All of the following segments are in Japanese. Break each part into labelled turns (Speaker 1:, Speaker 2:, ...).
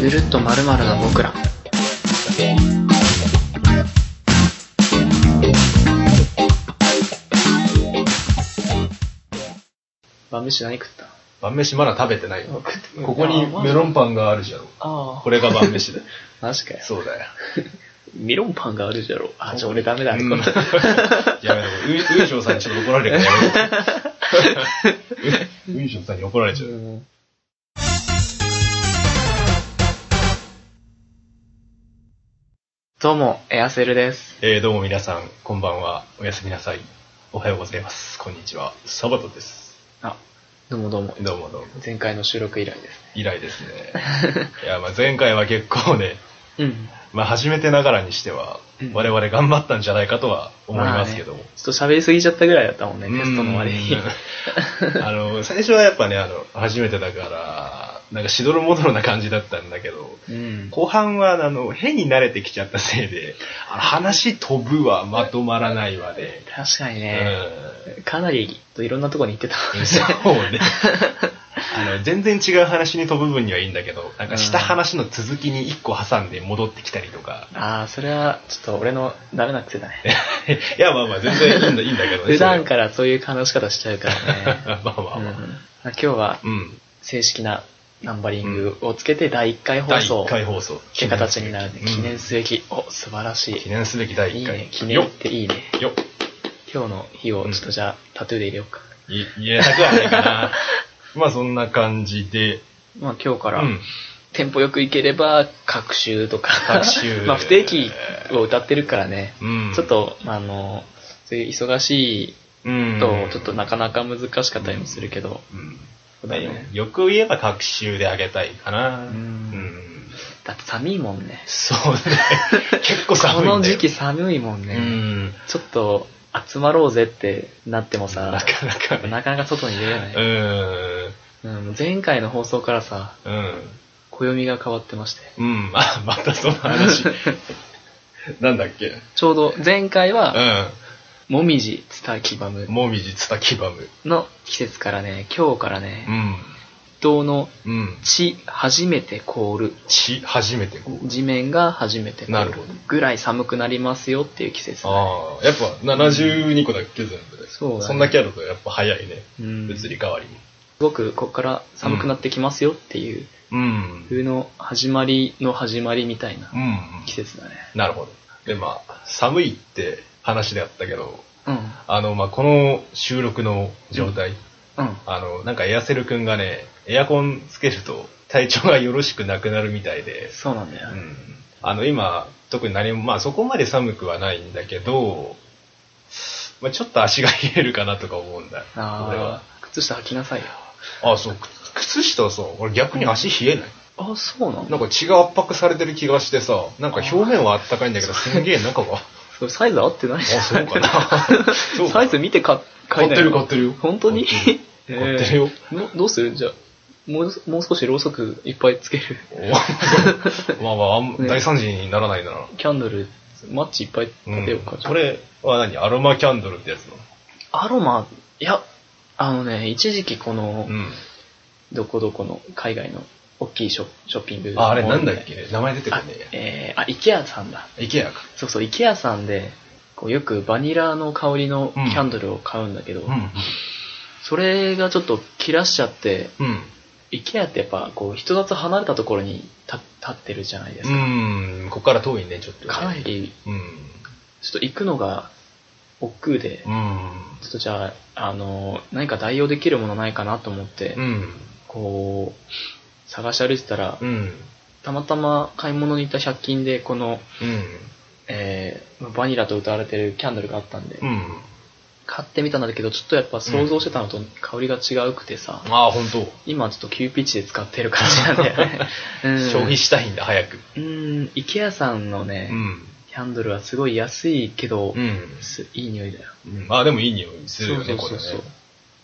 Speaker 1: ゆるっとまるな僕ら。晩飯何食 った
Speaker 2: 晩飯まだ食べてないよ。ここにメ
Speaker 1: ン。
Speaker 2: ロンパンがあるじゃろ。
Speaker 1: ああ
Speaker 2: こ。れが晩飯だよ。
Speaker 1: マジかよ。
Speaker 2: そうだよ。
Speaker 1: メロンパンがあるじゃろ。あ、じゃあ俺ダメだ。
Speaker 2: うんやめろ。うウイジョウさんにちょっと怒られるからやめろ。ウイジョウさんに怒られちゃう。
Speaker 1: うんどうも、エアセルです。
Speaker 2: えー、どうも皆さん、こんばんは。おやすみなさい。おはようございます。こんにちは。サバトです。
Speaker 1: あ、どうもどうも。
Speaker 2: どうもどうも。
Speaker 1: 前回の収録以来です。
Speaker 2: 以来 ですね。いや、まあ前回は結構ね、
Speaker 1: うん。
Speaker 2: まあ初めてながらにしては
Speaker 1: うん、
Speaker 2: 我々頑張ったんじゃないかとは思いますけども。
Speaker 1: ちょっと喋りすぎちゃったぐらいだったもんね、
Speaker 2: うん
Speaker 1: テストの終わりに。
Speaker 2: あの、最初はやっぱね、あの、初めてだから、なんかしどろもどろな感じだったんだけど、
Speaker 1: うん。
Speaker 2: 後半は、あの、変に慣れてきちゃったせいで、あの話飛ぶわ、まとまらないわで、
Speaker 1: 確かに
Speaker 2: う
Speaker 1: ね、
Speaker 2: ん。
Speaker 1: かなりいろんなとこに行ってたもんね。
Speaker 2: そうね。あの、全然違う話に飛ぶ分にはいいんだけど、なんかした話の続きに一個挟んで戻ってきたりとか、
Speaker 1: ああ、それはちょっと俺のダメな癖だね。
Speaker 2: いや、まあまあ、全然いいんだ、いいんだけどね。
Speaker 1: 普段
Speaker 2: ら。
Speaker 1: からそういう話し方しちゃうからね。
Speaker 2: ま あまあ
Speaker 1: うん
Speaker 2: まあ。
Speaker 1: 今日は
Speaker 2: うん。
Speaker 1: 正式なナンバリングをつけて第1回放
Speaker 2: 第
Speaker 1: 送
Speaker 2: 1
Speaker 1: っ
Speaker 2: 回放送。って
Speaker 1: 形になるんで、記念
Speaker 2: す
Speaker 1: すべき、お、素晴らし
Speaker 2: べき。記念すべき第
Speaker 1: い。いい
Speaker 2: 1回。
Speaker 1: ね、記念っていいね。
Speaker 2: よっ。よ
Speaker 1: 今日の日をちょっとじゃあタトゥーで入れようか。
Speaker 2: っい言えなくはないか な。まあ、そんな感じで。
Speaker 1: まあ今日
Speaker 2: う
Speaker 1: から、
Speaker 2: ん。
Speaker 1: テンポよくいければ、各週とか、
Speaker 2: 隔週
Speaker 1: まあ不定期を歌ってるからね、
Speaker 2: うん。
Speaker 1: ちょっ、と、あの、そういう忙し
Speaker 2: うん。
Speaker 1: いと、ちょっとなかなか難しかったりもするけど、
Speaker 2: うん。
Speaker 1: そうだよね。
Speaker 2: よく言えば、各週であげたいかな。
Speaker 1: う
Speaker 2: うんん。
Speaker 1: だって寒いもんね。
Speaker 2: そ うね。結構寒い
Speaker 1: こ
Speaker 2: んだよ。
Speaker 1: の時期寒いもん
Speaker 2: う
Speaker 1: ね。
Speaker 2: ん。
Speaker 1: ちょっと、集まろうぜってなってもさ、
Speaker 2: なかなかね。
Speaker 1: なかなか外に出れな
Speaker 2: う
Speaker 1: い。
Speaker 2: ん。
Speaker 1: うん、前回の放送からさ、
Speaker 2: うん。
Speaker 1: 暦が変わってまして。
Speaker 2: うん。あ、またそ の話。なんだっけ。
Speaker 1: ちょうど前回は、
Speaker 2: う
Speaker 1: もみじ、ツタキバム
Speaker 2: ん。もみじつたきばむ。
Speaker 1: の季節からね、今日からね
Speaker 2: う、ん。
Speaker 1: 道の
Speaker 2: うん。
Speaker 1: 地初めて凍る
Speaker 2: ち、初めてこう。
Speaker 1: 地面が初めて凍
Speaker 2: な
Speaker 1: る
Speaker 2: るほど
Speaker 1: ぐらい寒くなりますよっていう季節
Speaker 2: ああ、やっぱ72個だっけ全部で。
Speaker 1: そうだね
Speaker 2: そんだけあるとやっぱ早いね。
Speaker 1: うん
Speaker 2: 移り変わりも。
Speaker 1: すごくここから寒くなってきますよっていう
Speaker 2: うん。
Speaker 1: 冬の始まりの始まりみたいな
Speaker 2: うんうん。
Speaker 1: 季節だね
Speaker 2: なるほど。で、まあ、寒いって話であったけど、
Speaker 1: うん
Speaker 2: あの、まあ、この収録の状態、
Speaker 1: うん
Speaker 2: あの、なんかエアセルくんがね、エアコンつけると体調がよろしくなくなるみたいで、
Speaker 1: そうなんだよ、
Speaker 2: うん。あの、今、特に何も、まあ、そこまで寒くはないんだけど、まあ、ちょっと足が冷えるかなとか思うんだ。俺
Speaker 1: あ
Speaker 2: は
Speaker 1: あ。靴下履きなさいよ
Speaker 2: あ、そう、く靴下さ、俺逆に足冷えない。
Speaker 1: あそうな
Speaker 2: な
Speaker 1: の
Speaker 2: んか血が圧迫されてる気がしてさ、なんか表面はあったかいんだけど、すんげえ中が。あ、
Speaker 1: それサイズ合ってないじゃん
Speaker 2: そ うかな。そうか
Speaker 1: サイズ見て買買
Speaker 2: 買
Speaker 1: え
Speaker 2: っ
Speaker 1: な
Speaker 2: て
Speaker 1: い
Speaker 2: る
Speaker 1: の
Speaker 2: 買ってるよ。
Speaker 1: 本当に
Speaker 2: 買ってる買ってるよ。
Speaker 1: えーのどうするじゃあもうもう少しろうそくいっぱいつける
Speaker 2: お まあまああん
Speaker 1: ね
Speaker 2: 大惨事にならないなら。
Speaker 1: キャンドルマッチいっぱい立てようか、
Speaker 2: うんこれは何アロマキャンドルってやつの。
Speaker 1: アロマ、いや、あのね、一時期この
Speaker 2: う、ん。
Speaker 1: どこどこの海外の大きいショショッピング、
Speaker 2: あ、あれなんだっけ名前出てく
Speaker 1: あ
Speaker 2: るね。
Speaker 1: えー、あ、イケアさんだ。
Speaker 2: イケアか。
Speaker 1: そうそう、イケアさんで、こうよくバニラの香りのキ
Speaker 2: うん
Speaker 1: ャンドルを買うんだけど、
Speaker 2: うん。
Speaker 1: それがちょっと切らしちゃって、
Speaker 2: うん。
Speaker 1: イケアってやっぱこう人里離れたところに立立ってるじゃないです
Speaker 2: う
Speaker 1: か。
Speaker 2: ん。ここから遠いね、ちょっとね。
Speaker 1: かなり、
Speaker 2: うん。
Speaker 1: ちょっと行くのが億劫で、
Speaker 2: うん。
Speaker 1: ちょっとじゃあ、あの、何か代用できるものないかなと思って、
Speaker 2: うん。
Speaker 1: こう、探し歩いてたら、
Speaker 2: うん。
Speaker 1: たまたま買い物に行った100均で、この、
Speaker 2: うん。
Speaker 1: えーバニラと歌われてるキャンドルがあったんで、
Speaker 2: うん。
Speaker 1: 買ってみたんだけど、ちょっとやっぱ想像してたのと香りが違うくてさ、
Speaker 2: ああ、本当。
Speaker 1: 今ちょっと急ピッチで使ってる感じなんだよ ね。うん、
Speaker 2: 消費したいんだ、早く。
Speaker 1: うん、イケアさんのね、
Speaker 2: うん。
Speaker 1: キャンドルはすごい安いけど、
Speaker 2: うん。
Speaker 1: すいい匂いだよ。
Speaker 2: まあでもいい匂いするよね、こ
Speaker 1: そ
Speaker 2: れ
Speaker 1: うそうそう
Speaker 2: ね
Speaker 1: そう。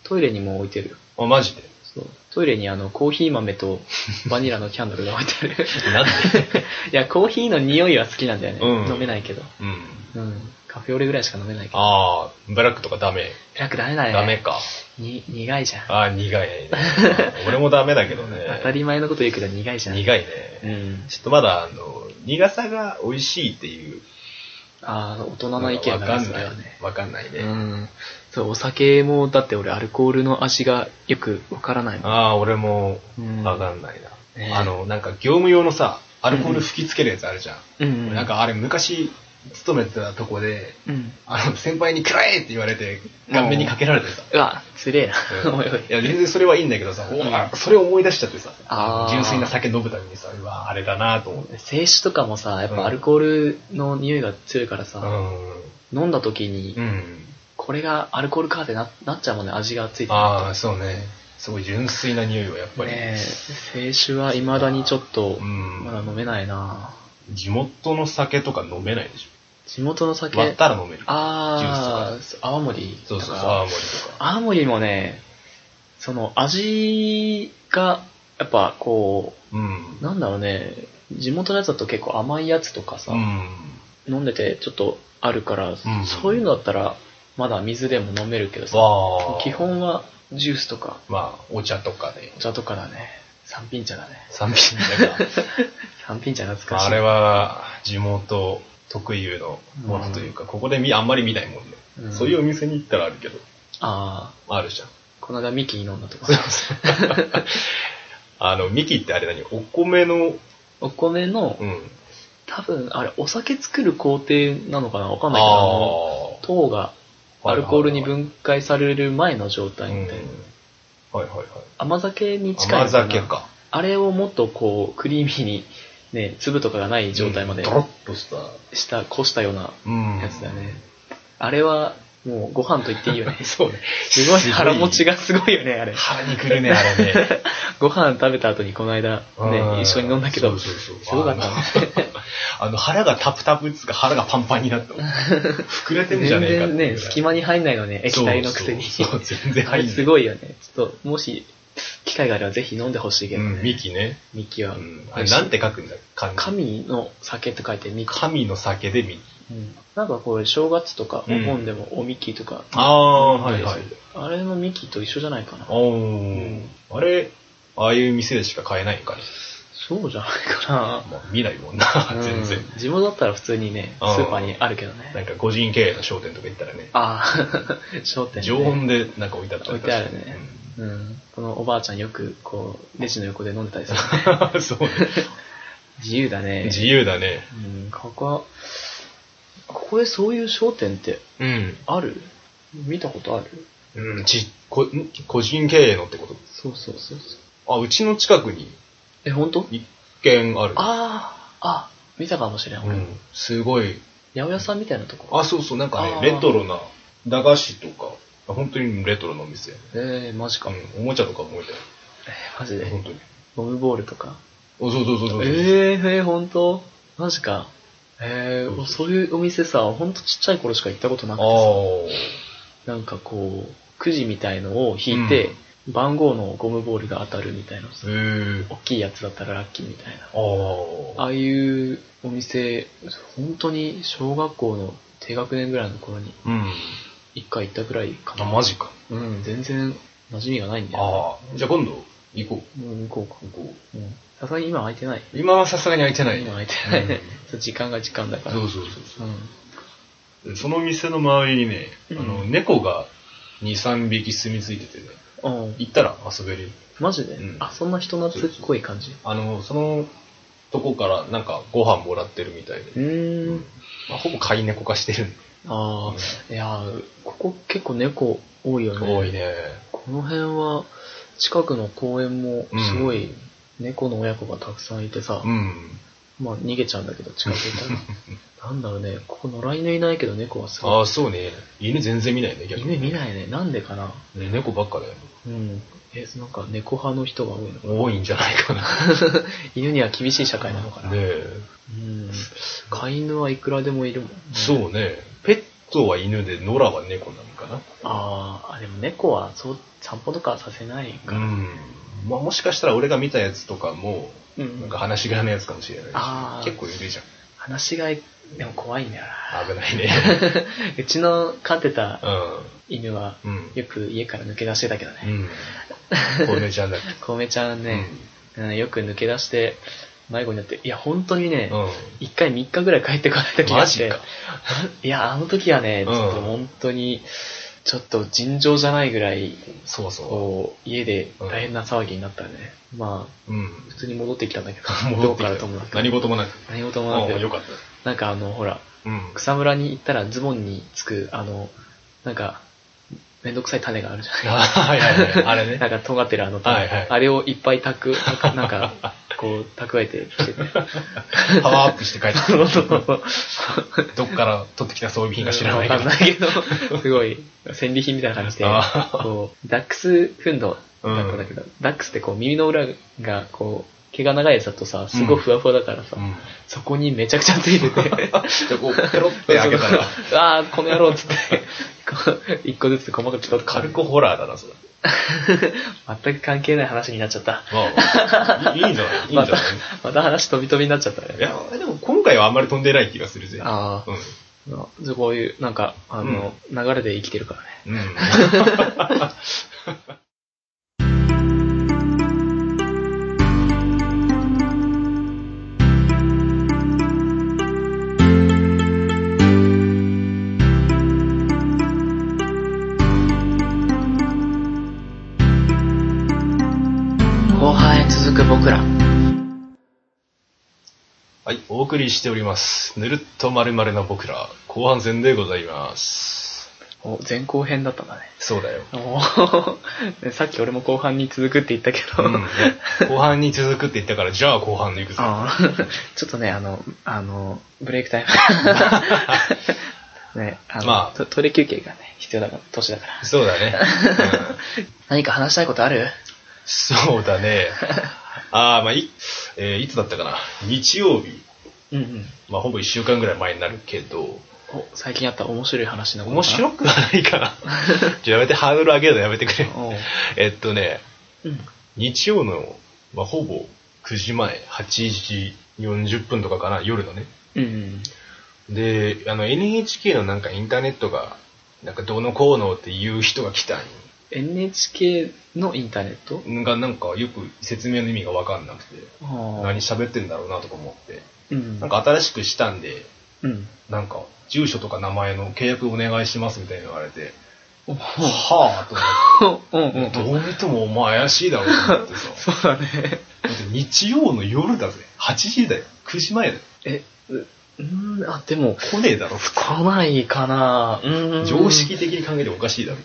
Speaker 1: トイレにも置いてるよ。
Speaker 2: あ、マジで。
Speaker 1: そうトイレにあのコーヒー豆 とバニラのキャンドルが置いてる。
Speaker 2: なんで
Speaker 1: いや、コーヒーの匂いは好きなんだよね。
Speaker 2: うん
Speaker 1: 飲めないけど。
Speaker 2: うん。
Speaker 1: うん。カフェオレぐらいしか飲めないけど。
Speaker 2: ああ、ブラックとかダメ。
Speaker 1: ブラックダメだね。
Speaker 2: ダメか。
Speaker 1: に、苦いじゃん。
Speaker 2: ああ、苦い ね。俺もダメだけどね。
Speaker 1: 当たり前のこと言うけど苦いじゃん。
Speaker 2: 苦いね。
Speaker 1: うん。
Speaker 2: ちょっとまだ、あの、苦さが美味しいっていう。
Speaker 1: ああ、大人の意見
Speaker 2: わ
Speaker 1: だ
Speaker 2: か
Speaker 1: ね
Speaker 2: ん
Speaker 1: そ
Speaker 2: な
Speaker 1: れ
Speaker 2: い
Speaker 1: はね。。
Speaker 2: わかんないね。
Speaker 1: うん。そう、お酒も、だって俺アルコールの味がよくわからないもん。
Speaker 2: ああ、俺も
Speaker 1: うん
Speaker 2: わかんないな、
Speaker 1: ね
Speaker 2: あの、なんか業務用のさ、アルコール吹きつけるやつあるじゃん。
Speaker 1: うん。
Speaker 2: なん、かあれ昔勤めてたとこで、
Speaker 1: うん。
Speaker 2: あの、先輩にくらえって言われて、顔面にかけられてさ。
Speaker 1: うわ、つれえ
Speaker 2: う
Speaker 1: な。
Speaker 2: ん
Speaker 1: おいおい
Speaker 2: い。や、全然それはいいんだけどさ、
Speaker 1: ん
Speaker 2: おあそれを思い出しちゃってさ
Speaker 1: あ、ー
Speaker 2: 純粋な酒飲むたびにさ、うわ、あれだなと思って。
Speaker 1: 清酒とかもさ、やっぱアルコールの匂いが強いから
Speaker 2: う
Speaker 1: さ、
Speaker 2: ん。
Speaker 1: 飲んだ時に
Speaker 2: う、ん。
Speaker 1: これがアルコールかってななっちゃうもんね、味がついて
Speaker 2: ああ、そうね。すごい純粋な匂いはやっぱり。
Speaker 1: ねえ、清酒は未だにちょっと
Speaker 2: う、
Speaker 1: まだ
Speaker 2: ん。
Speaker 1: 飲めないな
Speaker 2: 地元の酒とか飲めないでし
Speaker 1: 地元の酒、
Speaker 2: ょ。割ったら飲める。
Speaker 1: ああ、泡盛とか。
Speaker 2: そうそうそう、泡盛とか。
Speaker 1: 泡盛もね、その味が、やっぱこ
Speaker 2: うん
Speaker 1: う、。なんだろうね、地元のやつだと結構甘いやつとかさ、
Speaker 2: うん。
Speaker 1: 飲んでてちょっとあるから、
Speaker 2: ん
Speaker 1: そういうのだったらまだ水でも飲めるけどさ、
Speaker 2: わあ。
Speaker 1: 基。本はジュースとか
Speaker 2: まあ、お茶とかで。
Speaker 1: お茶とかだね。三品茶だね。
Speaker 2: 三品だが。
Speaker 1: 三品茶懐
Speaker 2: ま
Speaker 1: かし
Speaker 2: あ
Speaker 1: い。
Speaker 2: あれは地元特有のものというか、ここでみあんまり見ないもんね、
Speaker 1: うん
Speaker 2: そういうお店に行ったらあるけど、
Speaker 1: あ
Speaker 2: あるじ ゃん。
Speaker 1: ーこの間ミキに飲んだとか。
Speaker 2: あの、ミキってあれ何お米の、
Speaker 1: お米の
Speaker 2: う、ん。
Speaker 1: 多分あれお酒作る工程なのかなわかんないけどあの、
Speaker 2: あ
Speaker 1: 糖が
Speaker 2: あ。
Speaker 1: アルコールに分解される前の状態
Speaker 2: はいは
Speaker 1: み
Speaker 2: いは
Speaker 1: た
Speaker 2: い
Speaker 1: いな。
Speaker 2: うんはいはいはい。
Speaker 1: 甘酒に近い
Speaker 2: 甘
Speaker 1: のかな
Speaker 2: 酒か。
Speaker 1: あれをもっとこう、クリーミーに、ね、粒とかがない状態まで
Speaker 2: ドロッとした。
Speaker 1: した、こしたような
Speaker 2: うん。
Speaker 1: やつだね。あれは、もうご飯と言っていいよね
Speaker 2: そうね。
Speaker 1: すごい腹持ちがすごいよね、あれ。
Speaker 2: 腹にくるね、あれね。
Speaker 1: ご飯食べた後にこの間、
Speaker 2: うん
Speaker 1: ね、一緒に飲んだけど、
Speaker 2: そうそうそう
Speaker 1: すごかったね。
Speaker 2: あの あの腹がタプタプっつうか腹がパンパンにな ったもん膨れてんじゃ
Speaker 1: 全
Speaker 2: ねえかって
Speaker 1: 然ね、隙間に入んないのね、液体のくせに。
Speaker 2: そうそうそう全然
Speaker 1: あ
Speaker 2: 入ん
Speaker 1: れ
Speaker 2: ない
Speaker 1: すごいよね。ちょっと、もし、機会があればぜひ飲んでほしいけど
Speaker 2: うん、ミ
Speaker 1: ね。
Speaker 2: キね。
Speaker 1: ミキは
Speaker 2: う。ん。あれなんて書くんだ漢字
Speaker 1: 神の酒って書いてミキ。
Speaker 2: 神の酒でミキ。
Speaker 1: うんなんかこれ、正月とか、お
Speaker 2: うん
Speaker 1: 盆でもおミキとか。
Speaker 2: ああ、はいはい。
Speaker 1: あれのミキと一緒じゃないかな。
Speaker 2: お
Speaker 1: ん
Speaker 2: ーあれ、ああいう店でしか買えないんかね。
Speaker 1: そうじゃないかな。
Speaker 2: まあ、見ないもんな、 全然。
Speaker 1: うん地元だったら普通にね、ス
Speaker 2: うん
Speaker 1: ーパーにあるけどね。
Speaker 2: なんか個人経営の商店とか行ったらね、
Speaker 1: ああ、 商店、ね。
Speaker 2: 常温でなんか置いてあったり
Speaker 1: 置いてあるね。うん。このおばあちゃんよく、こう、レジの横で飲んでたりする。
Speaker 2: うん そうね。
Speaker 1: 自由だ ね。
Speaker 2: 自由だね。
Speaker 1: うん、ここ、ここでそういう商店って
Speaker 2: うん。
Speaker 1: ある見たことある
Speaker 2: うん、ちこん個人経営のってこと
Speaker 1: そうそうそうそう。
Speaker 2: あ、うちの近くに
Speaker 1: え、本当
Speaker 2: 一軒ある。
Speaker 1: ああ、あ、見たかもしれん。
Speaker 2: う
Speaker 1: 俺
Speaker 2: ん、すごい。
Speaker 1: 八百屋さんみたいなとこ。
Speaker 2: あ、そうそう、なんか
Speaker 1: あ
Speaker 2: ね、
Speaker 1: ー
Speaker 2: レトロな駄菓子とか、本当にレトロなお店。
Speaker 1: えー、マジか。え
Speaker 2: うん、おもちゃとかも置いて
Speaker 1: ーマジ
Speaker 2: ある。
Speaker 1: で。
Speaker 2: 本当に。
Speaker 1: ゴムボールとか。
Speaker 2: おそうそうそうそう。
Speaker 1: えー、えー、本当マジか。えー、そういうお店さ、ほんとちっちゃい頃しか行ったことなく
Speaker 2: あ
Speaker 1: てさ。
Speaker 2: ー
Speaker 1: なんかこう、くじみたいのを引いて、番号のゴムボールが当たるみたいなさ
Speaker 2: へー
Speaker 1: 大きいやつだったらラッキーみたいな。
Speaker 2: あー。
Speaker 1: ああいうお店、本当に小学校の低学年ぐらいの頃に
Speaker 2: うん。
Speaker 1: 一回行ったぐらいか
Speaker 2: あ、
Speaker 1: な。
Speaker 2: マジか。
Speaker 1: うん、全然馴染みがないんだよ。
Speaker 2: ああ。じゃあ今度、行こ
Speaker 1: うん、行こうか。
Speaker 2: う。行こ
Speaker 1: うんさすがに今空いてない。
Speaker 2: う。今はさすがに空いてない。
Speaker 1: 今空いてない ね。時間が時間だから。
Speaker 2: そうそう
Speaker 1: う
Speaker 2: そ
Speaker 1: ん。
Speaker 2: う。その店の周りにね、あの、
Speaker 1: うん
Speaker 2: 猫が2、3匹住み着いててね、
Speaker 1: うん。
Speaker 2: 行ったら遊べる。
Speaker 1: マジで、
Speaker 2: うん
Speaker 1: あ、そんな人懐っこい感じ。
Speaker 2: あの、そのとこからなんかご飯もらってるみたいで
Speaker 1: う、ーん。
Speaker 2: まあ、ほぼ飼い猫化してる。
Speaker 1: ああ、いやー、ここ結構猫多いよね。
Speaker 2: 多いね。
Speaker 1: この辺は、近くの公園もすごい猫の親子がたくさんいてさ、
Speaker 2: うん。
Speaker 1: まあ逃げちゃうんだけど近くいたら。なんだろうね、ここ野良犬いないけど猫はす
Speaker 2: あ
Speaker 1: ご
Speaker 2: あ、そうね。犬全然見ないね、
Speaker 1: い。
Speaker 2: 逆に。
Speaker 1: 犬見
Speaker 2: い。
Speaker 1: ないね。なんでかな
Speaker 2: ね、猫ばっかだよ。
Speaker 1: うん。え、なんか猫派の人が多いのかな
Speaker 2: 多いんじゃないかな。
Speaker 1: 犬には厳しい社会なのかな、
Speaker 2: ねえ。
Speaker 1: うん。飼い犬はいくらでもいるもん、
Speaker 2: そうね。ペットは犬で、野良は猫なのかな。
Speaker 1: あーあ、でも猫はそう散歩とかはさせないから。
Speaker 2: ん。まあ、もしかしたら俺が見たやつとかも、
Speaker 1: うん。
Speaker 2: なんか話しがいのやつかもしれないし
Speaker 1: あー
Speaker 2: 結構いるじゃん。
Speaker 1: 話し飼いでも怖いんだよ
Speaker 2: 危ないね。
Speaker 1: な。うちの飼ってた
Speaker 2: う
Speaker 1: 犬は、
Speaker 2: ん。うん。
Speaker 1: よく家から抜け出してたけど
Speaker 2: う
Speaker 1: ね。
Speaker 2: ん。小梅ちゃんだっけ。
Speaker 1: コウメちゃんね、うんよく抜け出して、迷子になって、いや、本当にね、
Speaker 2: う
Speaker 1: 一回3日ぐらい帰ってこない時があって、
Speaker 2: マジ
Speaker 1: いや、あの時はね、ち
Speaker 2: うん
Speaker 1: ょっと本当に、ちょっと尋常じゃないぐらい、
Speaker 2: ん。そうそ
Speaker 1: こう、家で大変な騒ぎになったね。まあ、
Speaker 2: う。うん。
Speaker 1: 普通に戻ってきたんだけど、
Speaker 2: 戻
Speaker 1: ど
Speaker 2: っ
Speaker 1: う
Speaker 2: て
Speaker 1: から
Speaker 2: き
Speaker 1: ともな
Speaker 2: た。
Speaker 1: く。
Speaker 2: 何事もなく。
Speaker 1: 何事もな
Speaker 2: あ
Speaker 1: く
Speaker 2: あ、よかっ
Speaker 1: なんかあの、ほら、
Speaker 2: た。うん。
Speaker 1: 草むらに行ったらズボンにつく、あの、なんか、めんどくさい種があるじゃない
Speaker 2: あはいはいはい。あれね
Speaker 1: な。んか尖ってるあの、
Speaker 2: はいはい
Speaker 1: あれをいっぱいたく、たくなん か、こう、蓄えてきてて。
Speaker 2: パワーアップして帰ってき
Speaker 1: そうそうそう。
Speaker 2: た。どっから取ってきた装備 品か知らない
Speaker 1: わ
Speaker 2: け
Speaker 1: か
Speaker 2: ど
Speaker 1: ん。ないけど、すごい、戦利品みたいな感じで、
Speaker 2: あ
Speaker 1: こう、ダックスフンドだったんだけど、ダックスってこう耳の裏が、こう、毛が長いやつだとさ、すごいふわふわだからさ、
Speaker 2: うん。
Speaker 1: そこにめちゃくちゃつい てて、
Speaker 2: じゃあこう、ペロッて開けたら、
Speaker 1: ああ、この野郎っつって、こう一個ずつ細かくちょっと
Speaker 2: 軽
Speaker 1: 軽く、
Speaker 2: くホラーだな、それ。
Speaker 1: 全く関係ない話になっちゃった。
Speaker 2: まあ、いいんじゃないいいんじゃ
Speaker 1: ま
Speaker 2: な
Speaker 1: た
Speaker 2: い、
Speaker 1: また話飛び飛びになっちゃった
Speaker 2: い
Speaker 1: ね。
Speaker 2: や、でも今回はあんまり飛んでない気がするぜ。
Speaker 1: ああ、
Speaker 2: う
Speaker 1: そうこういう、なんか、あの、流れで生きてるからね。
Speaker 2: ん。うん。
Speaker 1: 後半へ続く僕ら。
Speaker 2: はい、お送りしております。ぬるっとまるまるな僕ら、後半戦でございます。
Speaker 1: お、前後編だったんだね。
Speaker 2: そうだよ。
Speaker 1: おー さっき俺も後半に続くって言ったけど、
Speaker 2: うんね、後半に続くって言ったから、じゃあ後半で行くぞ。
Speaker 1: あー ちょっとね、あの、あの、ブレイクタイ ム。ね、あの、
Speaker 2: まあ
Speaker 1: トトイレ休憩がね、必要だから、年だから。
Speaker 2: そうだね。 うん
Speaker 1: 何か話したいことある
Speaker 2: そうだね。ああ、まあい、えーいつだったかな。日曜日。
Speaker 1: うんうん。
Speaker 2: まあ、ほぼ1週間ぐらい前になるけど、
Speaker 1: お、最近あった面白い話のこと
Speaker 2: 面白くはない かな。ちょやめて、ハードル上げるのやめてくれ。
Speaker 1: おう
Speaker 2: えっとね、
Speaker 1: うん。
Speaker 2: 日曜の、まあ、ほぼ9時前、8時40分とかかな、夜のね。
Speaker 1: うん。
Speaker 2: で、あの NHK のなんかインターネットが、なんかどうのこうのっていう人が来た
Speaker 1: NHK のインターネット
Speaker 2: んがなんかよく説明の意味がわかんなくて、何
Speaker 1: 何
Speaker 2: 喋ってんだろうなとか思って、
Speaker 1: うん。
Speaker 2: なんか新しくしたんで、
Speaker 1: うん。
Speaker 2: なんか住所とか名前の契約お願いしますみたいに言われて、
Speaker 1: お
Speaker 2: はぁと思っ
Speaker 1: う
Speaker 2: て。
Speaker 1: んうんうん。
Speaker 2: どう見てもお前怪しいだろうと思ってさ。
Speaker 1: そうだね。
Speaker 2: だって日曜の夜だぜ。8時だよ。9時前だよ。
Speaker 1: え、ううーん、あ、でも、
Speaker 2: 来ねえだろ、普
Speaker 1: 来ないかなうーん。
Speaker 2: 通。常識的に考えておかしいだろ。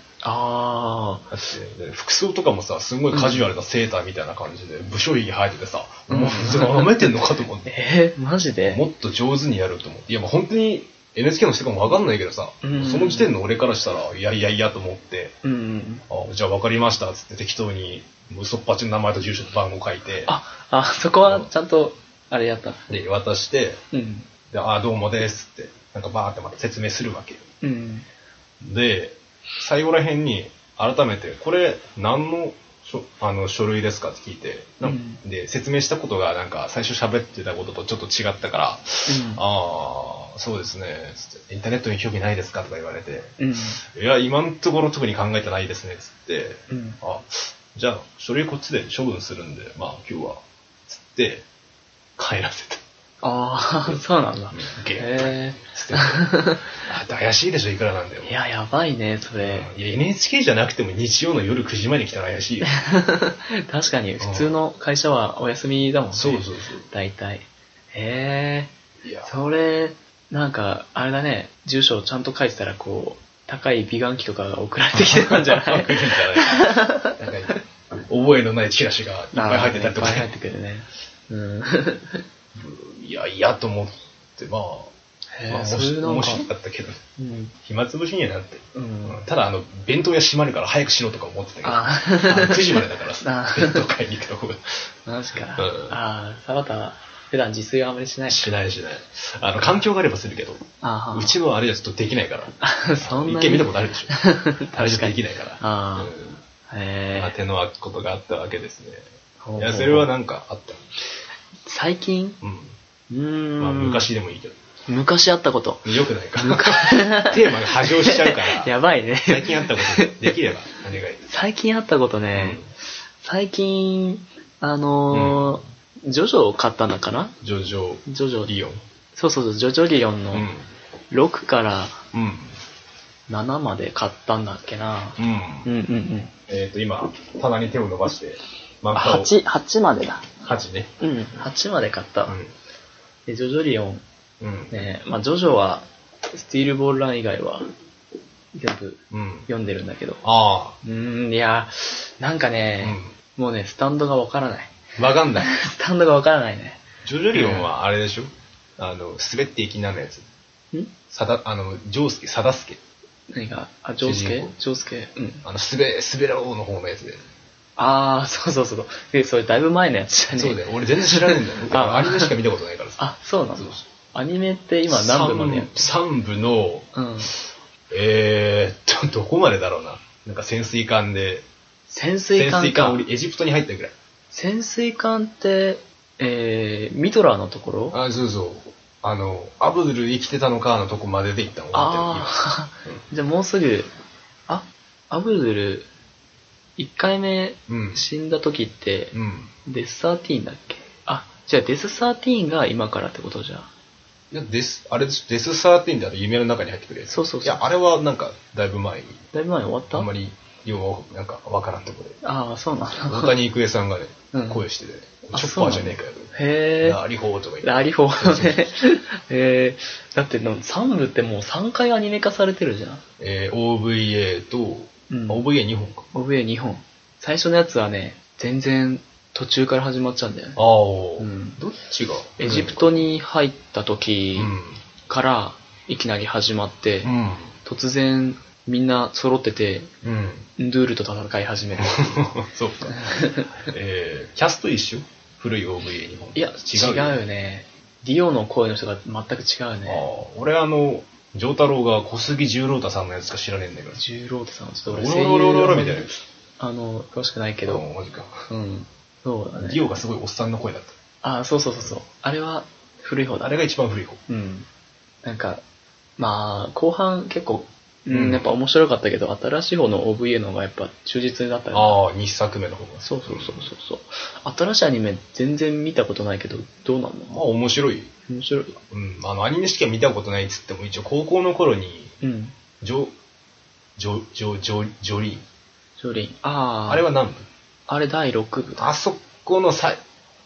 Speaker 1: ああ。
Speaker 2: だって、服装とかもさ、すごいカジュアルなセーターみたいな感じで、武将髭生えててさ、
Speaker 1: うん
Speaker 2: もう、それ舐めてんのかと思って。
Speaker 1: えー、マジで
Speaker 2: もっと上手にやると思って。いや、もう本当に NHK の人かもわかんないけどさ、
Speaker 1: うん
Speaker 2: その時点の俺からしたら、いやいやいやと思って、
Speaker 1: うんうん。
Speaker 2: あじゃあわかりました、つって適当に、嘘っぱちの名前と住所と番号書いて、
Speaker 1: あ、あ、そこはちゃんと、あれやった。
Speaker 2: で、渡して、
Speaker 1: うん。
Speaker 2: で、あーどうもですって、なんかバーってまた説明するわけよ。
Speaker 1: うん。
Speaker 2: で、最後ら辺に、改めて、これ、何の書あの書類ですかって聞いて、なん
Speaker 1: うん
Speaker 2: で、説明したことが、なんか、最初喋ってたこととちょっと違ったから、ああ、そうですね、つって、インターネットに興味ないですかとか言われて、
Speaker 1: うん。
Speaker 2: いや、今のところ特に考えてないですね、つって、
Speaker 1: うん。
Speaker 2: あ、じゃあ、書類こっちで処分するんで、まあ、今日は、つって、帰らせた。
Speaker 1: ああ、そうなんだ。
Speaker 2: ゲー
Speaker 1: へ
Speaker 2: つ ってあ怪しいでしょ、いくらなんだよ
Speaker 1: え。。いや、やばいね、それ。
Speaker 2: いや NHK じゃなくても日曜の夜9時前に来たら 怪しいよ。
Speaker 1: 確かに、普通の会社はお休みだもんね。
Speaker 2: そう
Speaker 1: 大体。へえ
Speaker 2: そう。いや、
Speaker 1: それ、なんか、あれだね、住所をちゃんと書いてたら、こう、高い美顔器とかが送られてきてたんじゃ ない
Speaker 2: 来るんじゃないなんか覚えのないチラシがいっぱい入ってたりとか
Speaker 1: いっぱい入っ
Speaker 2: ね。
Speaker 1: てくるね。 うん。
Speaker 2: いや、嫌と思って、まあ、まあ、
Speaker 1: そういうの
Speaker 2: 面
Speaker 1: が。
Speaker 2: 白かったけど、
Speaker 1: うん。
Speaker 2: 暇つぶしにはなって。
Speaker 1: うん。
Speaker 2: ただ、あの、弁当屋閉まるから早くしろとか思ってたけど、あ
Speaker 1: あ
Speaker 2: の9時まで だからさ
Speaker 1: あ、
Speaker 2: 弁当買いに行った方が。
Speaker 1: あ、マジか。
Speaker 2: うん
Speaker 1: ああ、サバタは普段自炊はあまりしない。
Speaker 2: しないしない。あの、環境があればするけど、
Speaker 1: ああ、
Speaker 2: うちのあれじゃちょっとできないから。
Speaker 1: あ、 そん
Speaker 2: 一
Speaker 1: な
Speaker 2: 見見たこと
Speaker 1: あ
Speaker 2: あ るでしょ。
Speaker 1: る
Speaker 2: あれじゃでき
Speaker 1: ない。
Speaker 2: ないから。
Speaker 1: あ
Speaker 2: うん
Speaker 1: あ、へ
Speaker 2: まあ
Speaker 1: え。
Speaker 2: 手の空くことがあったわけですね。
Speaker 1: ほうほう
Speaker 2: いや、それはなんかあっ
Speaker 1: 最近
Speaker 2: た。うん。
Speaker 1: うーん。
Speaker 2: まあ、昔でもいいけど。
Speaker 1: 昔あったこと。
Speaker 2: よくないか。 テーマが波状しちゃうか ら。
Speaker 1: やばいね。
Speaker 2: 最近あったこと、できれば、お願い。
Speaker 1: 最近あったことね、
Speaker 2: うん
Speaker 1: 最近、あのージョジョを買ったのかな
Speaker 2: ジョジョ、
Speaker 1: ジョジョ。
Speaker 2: リオン。
Speaker 1: そうそうそう、ジョジョリオンの
Speaker 2: うん。
Speaker 1: 6から
Speaker 2: うん。
Speaker 1: 7まで買ったんだっけな。
Speaker 2: うん。
Speaker 1: うんうんうん。
Speaker 2: えっ、と、今、棚に手を伸ばして、漫
Speaker 1: あ、
Speaker 2: 画を。
Speaker 1: 8、8までだ。
Speaker 2: 8ね。
Speaker 1: うん、8まで買った。
Speaker 2: う
Speaker 1: で、ジョジョリオン、
Speaker 2: ん。うん。
Speaker 1: ね、まあジョジョは、スティールボールラン以外は、全部
Speaker 2: うん。
Speaker 1: 読んでるんだけど。
Speaker 2: あ
Speaker 1: うーん、いや、なんか
Speaker 2: あ。う
Speaker 1: ね、
Speaker 2: ん。
Speaker 1: もうね、スタンドがわからない。
Speaker 2: わかんない。
Speaker 1: スタンドがわからないね。
Speaker 2: ジョジョリオンはあれでしょあの、滑っていきなのやつ。
Speaker 1: ん
Speaker 2: さだ、あの、ジョウスケ、サダスケ。
Speaker 1: 何が、あ、ジョース
Speaker 2: 主
Speaker 1: ケ
Speaker 2: 人公
Speaker 1: ジョースケうん。
Speaker 2: あの、滑、滑らおうの方のやつで。
Speaker 1: あー、 そうそうそう。で、それだいぶ前のやつだね。
Speaker 2: そうだよ。俺全然知らないんだよ。僕
Speaker 1: あ
Speaker 2: アニメしか見たことないからさ。
Speaker 1: あ、そうな
Speaker 2: そう
Speaker 1: のアニメって今何部までやって
Speaker 2: 三部三部の、
Speaker 1: るうん。
Speaker 2: えーっと、どこまでだろうな。なんか潜水艦で、
Speaker 1: 潜水
Speaker 2: 潜
Speaker 1: 艦
Speaker 2: 水
Speaker 1: か
Speaker 2: 艦、。俺エジプトに入ったぐらい。
Speaker 1: 潜水艦って、えー、ミトラーのところ
Speaker 2: あ、そうそう。あの、アブドゥル生きてたのかのとこまでで行ったの
Speaker 1: あ ー、じゃあもうすぐ、あ、アブドゥル、1回目
Speaker 2: うん。
Speaker 1: 死んだ時って、
Speaker 2: うん。
Speaker 1: デスサーティーンだっけあ、じゃあデスサーティーンが今からってことじゃん。
Speaker 2: いやデス、あれでしょデスサーティンってあの夢の中に入ってくるやつ。
Speaker 1: そうそうそう
Speaker 2: いや、あれはなんか、だいぶ前に、
Speaker 1: だいぶ前に終わった
Speaker 2: あんまり、よう、なんか、わからんとこで。
Speaker 1: ああ、そうな
Speaker 2: 大
Speaker 1: の。
Speaker 2: 谷育英さんがね
Speaker 1: うん、
Speaker 2: 声してて、
Speaker 1: あ
Speaker 2: チョッパーじゃねえかよ。
Speaker 1: へえ。
Speaker 2: ラリホーとか言って。
Speaker 1: ラリフォーね。 えー、だっての3部ってもう3回アニメ化されてるじゃん。
Speaker 2: えー、OVA と、
Speaker 1: うん
Speaker 2: あ OVA2 本か。
Speaker 1: OVA2 本。最初のやつはね、全然途中から始まっちゃうんだよね
Speaker 2: あ。
Speaker 1: う
Speaker 2: あ、
Speaker 1: ん
Speaker 2: どっちが
Speaker 1: エジプトに入った時
Speaker 2: うん。
Speaker 1: からいきなり始まって、
Speaker 2: うん。
Speaker 1: 突然みんな揃ってて、
Speaker 2: うん。
Speaker 1: ンドゥールと戦い始める。
Speaker 2: そっか。えー、キャスト一緒古い OVA2 本。
Speaker 1: いや、違う
Speaker 2: よ
Speaker 1: よね。ディオの声の人が全く違う
Speaker 2: あ
Speaker 1: ね。
Speaker 2: あ俺あの、丈太郎が小杉十郎太さんのやつしか知らねえんだけど。
Speaker 1: 十郎太さんはちょっと俺声優
Speaker 2: オロロロロロみたいな。
Speaker 1: あの、詳しくないけ
Speaker 2: け
Speaker 1: ど、
Speaker 2: マジか。
Speaker 1: うん。そうだね。
Speaker 2: ディオがすごいおっさんの声だっ
Speaker 1: あ、そうそうそうそう。あれは古い方
Speaker 2: た。
Speaker 1: だ。
Speaker 2: あれが一番古い方。
Speaker 1: うん。なんか、まあ、後半結構、うん、
Speaker 2: うん
Speaker 1: やっぱ面白かったけど、新しい方の OVA の方がやっぱ忠実だったよね
Speaker 2: ああ、二作目の方が。
Speaker 1: そうそうそうそうそう。新しいアニメ全然見たことないけど、どうなん
Speaker 2: まあ
Speaker 1: の
Speaker 2: 面白い。
Speaker 1: 面白い。
Speaker 2: うん。あの、アニメしか見たことないっつっても、一応高校の頃に、
Speaker 1: うん。
Speaker 2: ジョ、ジョ、ジョ、ジョ、ジョリーン。
Speaker 1: ジョリン。ああ。
Speaker 2: あれは何部
Speaker 1: あれ第6部だ。
Speaker 2: あそこの最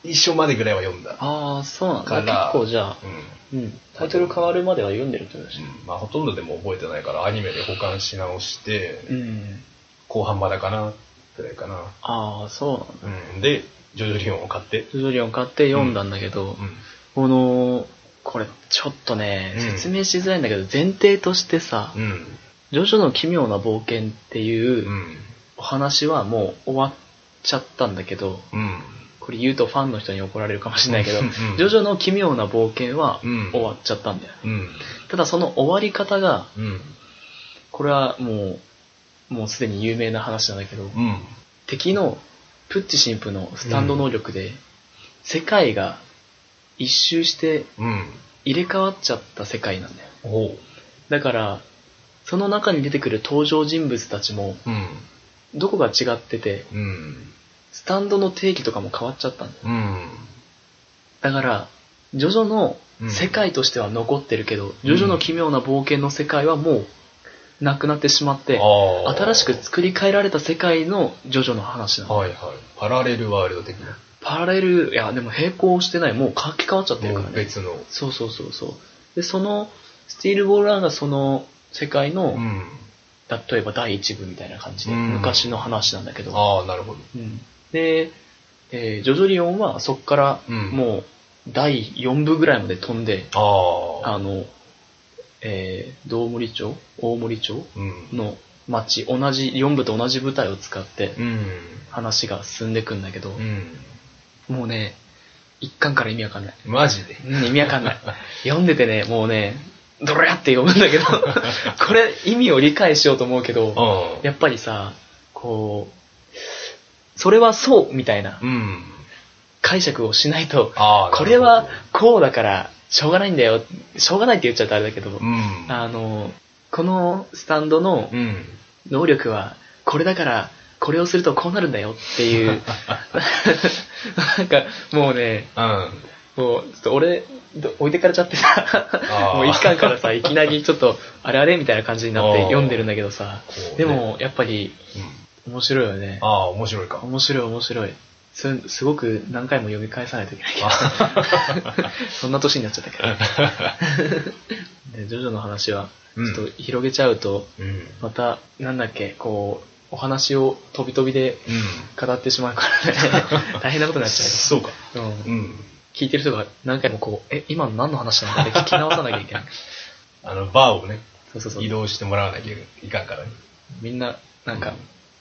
Speaker 2: 初までぐらいは読んだ。
Speaker 1: ああ、そうなんだ。
Speaker 2: か
Speaker 1: 結
Speaker 2: ら
Speaker 1: 構じゃあ
Speaker 2: う、ん。うん
Speaker 1: うん。タイトル変わるまでは読んでるってことだし。
Speaker 2: まあほとんどでも覚えてないから、アニメで保管し直して、
Speaker 1: うん。
Speaker 2: 後半まだかな、ぐらいかな。
Speaker 1: ああ、そうなんだ。
Speaker 2: うん。で、ジョジョリオンを買って、
Speaker 1: ジョリオン買って読んだんだけど、
Speaker 2: うん。
Speaker 1: この、これ、ちょっとね、
Speaker 2: うん
Speaker 1: 説明しづらいんだけど、前提としてさ、
Speaker 2: うん。。
Speaker 1: ジョジョの奇妙な冒険っていううんお話はもう終わっちゃったんだけど、
Speaker 2: うん。
Speaker 1: これ言うとファンの人に怒られるかもしれないけど、
Speaker 2: うん
Speaker 1: ジョジョの奇妙な冒険は
Speaker 2: うん
Speaker 1: 終わっちゃったんだよ。
Speaker 2: うん。
Speaker 1: ただその終わり方が、
Speaker 2: うん。
Speaker 1: これはもう、もうすでに有名な話なんだけど、
Speaker 2: うん。
Speaker 1: 敵のプッチ神父のスタンド能力で、世界が一周して
Speaker 2: うん。
Speaker 1: 入れ替わっちゃった世界なんだよ。
Speaker 2: おう。
Speaker 1: だから、その中に出てくる登場人物たちも、
Speaker 2: うん。
Speaker 1: どこが違ってて、
Speaker 2: うん。
Speaker 1: スタンドの定義とかも変わっちゃったんだよ。
Speaker 2: うん。
Speaker 1: だから、ジョジョの世界としては残ってるけど、ジョジョの奇妙な冒険の世界はもうなくなってしまって、
Speaker 2: あー
Speaker 1: 新しく作り変えられた世界のジョジョの話なの。
Speaker 2: はいはい。パラレルワールド的な。
Speaker 1: パラレル、いや、でも並行してない、もう書き換わっちゃってるか
Speaker 2: も
Speaker 1: ら
Speaker 2: う
Speaker 1: ね。
Speaker 2: 別の。
Speaker 1: そうそうそうそう。で、その、スティールボールランがその世界の、
Speaker 2: うん。
Speaker 1: 例えば第一部みたいな感じで、
Speaker 2: うん
Speaker 1: 昔の話なんだけど、
Speaker 2: ああ、なるほど。
Speaker 1: うんで、えージョジョリオンはそこから
Speaker 2: うん
Speaker 1: もう第4部ぐらいまで飛んで、
Speaker 2: ああ。
Speaker 1: あの、えー、道森町大森町
Speaker 2: うん。
Speaker 1: の町、同じ、4部と同じ舞台を使って
Speaker 2: うん。
Speaker 1: 話が進んでくんだけど、
Speaker 2: うん。
Speaker 1: もうね、一巻から意味わかんない。
Speaker 2: マジで。
Speaker 1: うん意味わかんない。読んでてね、もうね、ドラって読むんだ けど、これ意味を理解しようと思うけど、
Speaker 2: あ
Speaker 1: やっぱりさ、こう、それはそうみたいな
Speaker 2: うん。
Speaker 1: 解釈をしないと、
Speaker 2: ああ。
Speaker 1: これはこうだからしょうがないんだよ。しょうがないって言っちゃったあれだけど、
Speaker 2: うん。
Speaker 1: あの、このスタンドの
Speaker 2: うん。
Speaker 1: 能力は、これだから、これをするとこうなるんだよっていう、なんか、もうね、
Speaker 2: うん。
Speaker 1: もう、ちょっと俺、ど置いてかれちゃってさ
Speaker 2: あ、ー
Speaker 1: もう一巻からさ、いきなりちょっと、あれあれみたいな感じになって
Speaker 2: あー
Speaker 1: 読んでるんだけどさ
Speaker 2: こうね、
Speaker 1: でも、やっぱり、
Speaker 2: うん
Speaker 1: 面白いよね。
Speaker 2: ああ、面白いか。
Speaker 1: 面白い面白い。すすごく何回も読み返さないといけないけど。 そんな年になっちゃったけど。で、ジョジョの話は、ち
Speaker 2: うん
Speaker 1: ょっと広げちゃうと、
Speaker 2: うん。うん。
Speaker 1: また、なんだっけ、こう、お話を飛び飛びで語ってしまう からね、大変なことになっちゃ
Speaker 2: そうか。
Speaker 1: うよ。う、
Speaker 2: うんん。
Speaker 1: 聞いてる人が何回もこう、え、今の何の話なのかって聞き直さなきゃいけない。
Speaker 2: あの、バーをね、
Speaker 1: そうそうそう。
Speaker 2: 移動してもらわなきゃいかんからね。
Speaker 1: みんな、なんか、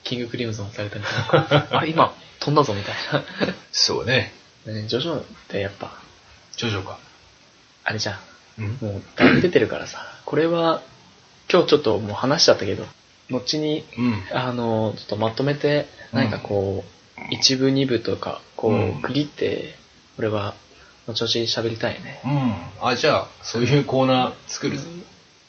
Speaker 1: キングクリムゾンされたみたいな。あ
Speaker 2: あ
Speaker 1: れ、今、飛んだぞみたい
Speaker 2: そうね。
Speaker 1: な。ね、ジョジョってやっぱ、
Speaker 2: ジョジョか。
Speaker 1: あれじゃん。
Speaker 2: うん。
Speaker 1: もう、だいぶ出てるからさ、これは、今日ちょっともう話しちゃったけど、後に、
Speaker 2: うん。
Speaker 1: あの、ちょっとまとめて、何かこう、一部、二部とか、こ
Speaker 2: うん
Speaker 1: う、区切って、俺は、後々喋りたいね。
Speaker 2: うん。あ、じゃあ、そういうコーナー作るぞ。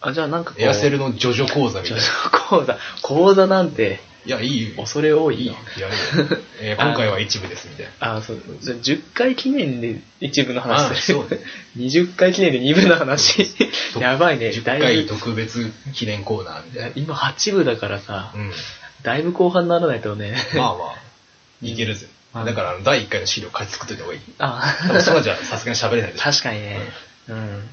Speaker 1: あ、じゃあなんかこう、
Speaker 2: エアセルのジョジョ講座み
Speaker 1: ち
Speaker 2: た
Speaker 1: ょ
Speaker 2: い
Speaker 1: っ
Speaker 2: な。
Speaker 1: と講座、講座なんて、
Speaker 2: いや、いいよ。
Speaker 1: 恐れ多
Speaker 2: いい
Speaker 1: い
Speaker 2: よ。。いや、いいよ。えー今回は一部です、みたいな。
Speaker 1: あ、そう、じゃあ10回記念で一部の話する
Speaker 2: あそうね。
Speaker 1: 20回記念 で二部の話。やばいね、
Speaker 2: 10
Speaker 1: だい
Speaker 2: 回
Speaker 1: ぶ。
Speaker 2: 特別記念コーナーみたいな。
Speaker 1: 今8部だからさ
Speaker 2: う、ん。
Speaker 1: だいぶ後半にならないとね。
Speaker 2: まあまあ、いけるぜ。
Speaker 1: うん
Speaker 2: だから、あの第1回の資料買い作っといた方がいい。多分
Speaker 1: あ、
Speaker 2: それはじゃあ、さすがに喋れないでしょ。
Speaker 1: 確かにね。うん。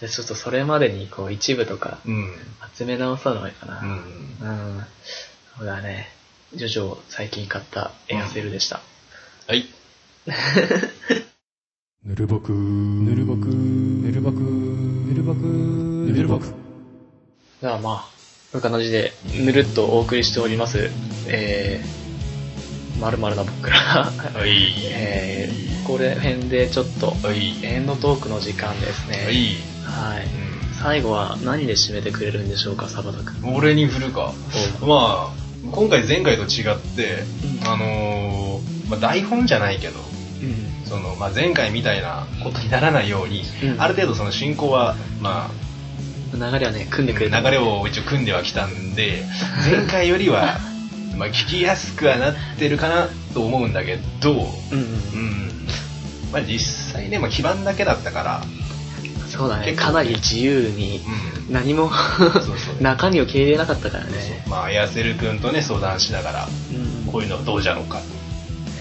Speaker 1: じゃあちょっとそれまでに、こう、一部とか、
Speaker 2: うん。
Speaker 1: 集め直さないかな。
Speaker 2: うん。
Speaker 1: うん。そうだね。ジョジョ最近買ったエアセルでした。
Speaker 2: はい。
Speaker 3: ぬるぼくぬるぼくぬるぼくぬるぼくぬるぼく
Speaker 1: ではまあ、こういう形でぬるっとお送りしております。えー、まるな僕ら。
Speaker 2: はい。
Speaker 1: えー、これ辺でちょっと、
Speaker 2: はい。
Speaker 1: エンドトークの時間です
Speaker 2: は
Speaker 1: ね。
Speaker 2: い。
Speaker 1: はい。最後は何で締めてくれるんでしょうか、サバタ君。
Speaker 2: うん。俺に振るか。まあ、今回前回と違って、
Speaker 1: うん
Speaker 2: あのーまあ、台本じゃないけど、
Speaker 1: うん。
Speaker 2: その、まあ、前回みたいなことにならないように、
Speaker 1: うん
Speaker 2: ある程度その進行は、まあ、
Speaker 1: 流れはね、組んでくれた。
Speaker 2: 流れを一応組んではきたんで、前回よりは、まあ、聞きやすくはなってるかなと思うんだけど、
Speaker 1: うんうん。
Speaker 2: うん。まあ、実際ね、まあ、基盤だけだったから、
Speaker 1: そうだね。
Speaker 2: 結構
Speaker 1: かなり自由に、
Speaker 2: うん。
Speaker 1: 何も
Speaker 2: そうそ う
Speaker 1: 中身を経営なかったからね。
Speaker 2: まあ、やせる君とね、相談しながら、
Speaker 1: うん
Speaker 2: こういうのはどうじゃろうか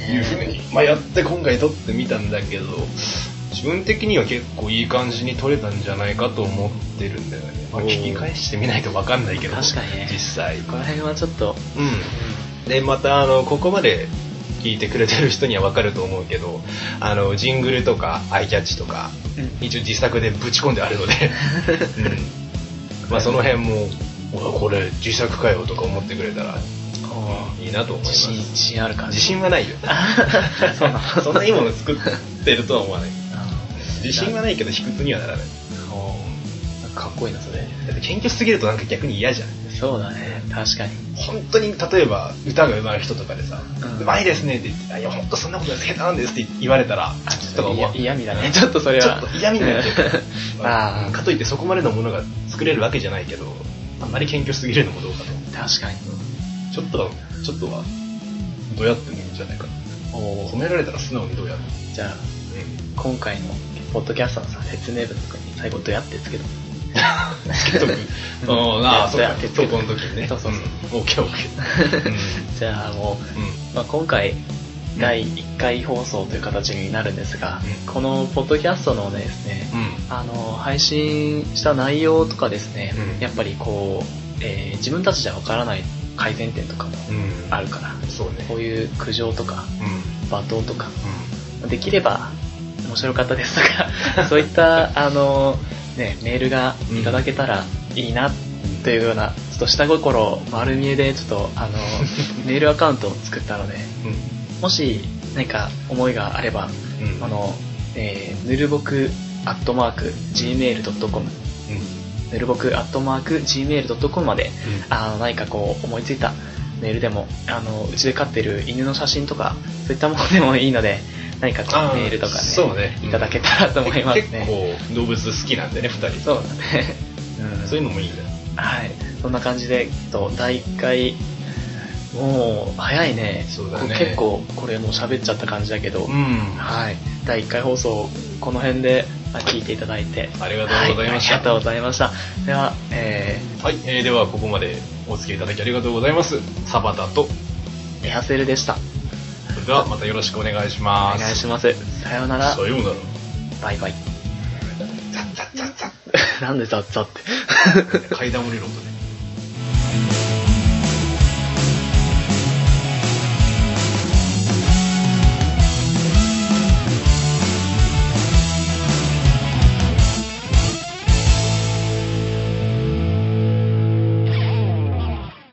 Speaker 2: というふうに
Speaker 1: ね、
Speaker 2: まあ、やって今回撮ってみたんだけど、自分的には結構いい感じに撮れたんじゃないかと思ってるんだよね。まあ、
Speaker 1: おー
Speaker 2: 聞き返してみないとわかんないけど、
Speaker 1: 確かにね
Speaker 2: 実際。
Speaker 1: この辺はちょっと、
Speaker 2: うん、でまたあのここまで聞いてくれてる人には分かると思うけどあのジングルとかアイキャッチとか一応自作でぶち込んである ので、うんまあ、その辺もうわこれ自作かよとか思ってくれたら
Speaker 1: こう
Speaker 2: いいなと思いま
Speaker 1: 自
Speaker 2: す
Speaker 1: 信自信ある感じ
Speaker 2: 自信はないよ
Speaker 1: そうなの
Speaker 2: そんないいもの作ってるとは思わない自信はないけど卑屈にはならない
Speaker 1: なんかかっこいいなそれ
Speaker 2: だって謙虚すぎるとなんか逆に嫌じゃん
Speaker 1: そうだね確かに
Speaker 2: 本当に例えば歌が上手い人とかでさ
Speaker 1: う
Speaker 2: 「
Speaker 1: ん
Speaker 2: うまいですね」って言ってあ「いや本当そんなことないです下手なんです」って言われたらちょっと
Speaker 1: いや
Speaker 2: ち
Speaker 1: 嫌味だね ちょっとそれ
Speaker 2: ょ
Speaker 1: は
Speaker 2: っと嫌味になっちゃうから
Speaker 1: うん
Speaker 2: まあ
Speaker 1: あー
Speaker 2: かといってそこまでのものが作れるわけじゃないけどあんまり謙虚すぎるのもどうかと
Speaker 1: 確かに
Speaker 2: ちょっとはちょっとはどうやってもいいんじゃないか
Speaker 1: お
Speaker 2: 褒
Speaker 1: ー
Speaker 2: められたら素直にどうやる
Speaker 1: じゃあ今回のポッドキャストのさ説明文とかに最後どうやってつけとく
Speaker 2: つけとく
Speaker 1: うん
Speaker 2: うんああそう
Speaker 1: い
Speaker 2: か
Speaker 1: やそうや
Speaker 2: そうこの時にね
Speaker 1: そうそうそうん
Speaker 2: OKOK
Speaker 1: じゃあもう
Speaker 2: うんうん
Speaker 1: まあ、今回第1回放送という形になるんですが、
Speaker 2: うん
Speaker 1: このポッドキャストのですね、
Speaker 2: うん
Speaker 1: あの配信した内容とかですね、
Speaker 2: うん
Speaker 1: やっぱりこう、えー自分たちじゃわからない改善点とかも
Speaker 2: うん
Speaker 1: あるから、
Speaker 2: そうね
Speaker 1: こういう苦情とか
Speaker 2: うんうん
Speaker 1: 罵倒とかできれば面白かったですと かそういったあの、ね、メールがいただけたらいいなというようなちょっと下心を丸見えでちょっと あのメールアカウントを作ったので
Speaker 2: うん
Speaker 1: もし何か思いがあれば
Speaker 2: うん
Speaker 1: あの、えー、ぬるぼくアットマーク gmail.com
Speaker 2: うん
Speaker 1: ぬるぼくアットマーク gmail.com まで
Speaker 2: うん
Speaker 1: あの何かこう思いついたメールでもあのうちで飼ってる犬の写真とかそういったものでもいいので何かこ
Speaker 2: あ
Speaker 1: う
Speaker 2: ー
Speaker 1: メールとかね
Speaker 2: そうね
Speaker 1: いただけたらと思いますね
Speaker 2: 結構動物好きなんでね2人
Speaker 1: そうだね、 うん、
Speaker 2: そういうのもいいんだよ
Speaker 1: はいそんな感じでえっと第1回もう早いね
Speaker 2: そうだね
Speaker 1: 結構これもう喋っちゃった感じだけど、
Speaker 2: うん
Speaker 1: はい第1回放送この辺でまあ聞いていただいて
Speaker 2: ありがとうございました
Speaker 1: はありがとうございましたでは、え
Speaker 2: はい、えーではここまでお付き合いいただきありがとうございますサバタと
Speaker 1: ー、エアセルでした
Speaker 2: それではまたよろしくお願いし
Speaker 1: お
Speaker 2: ます
Speaker 1: 願いしますさようなら
Speaker 2: さようなら
Speaker 1: バ イバイなんでザッザって
Speaker 2: 階段降りる音ね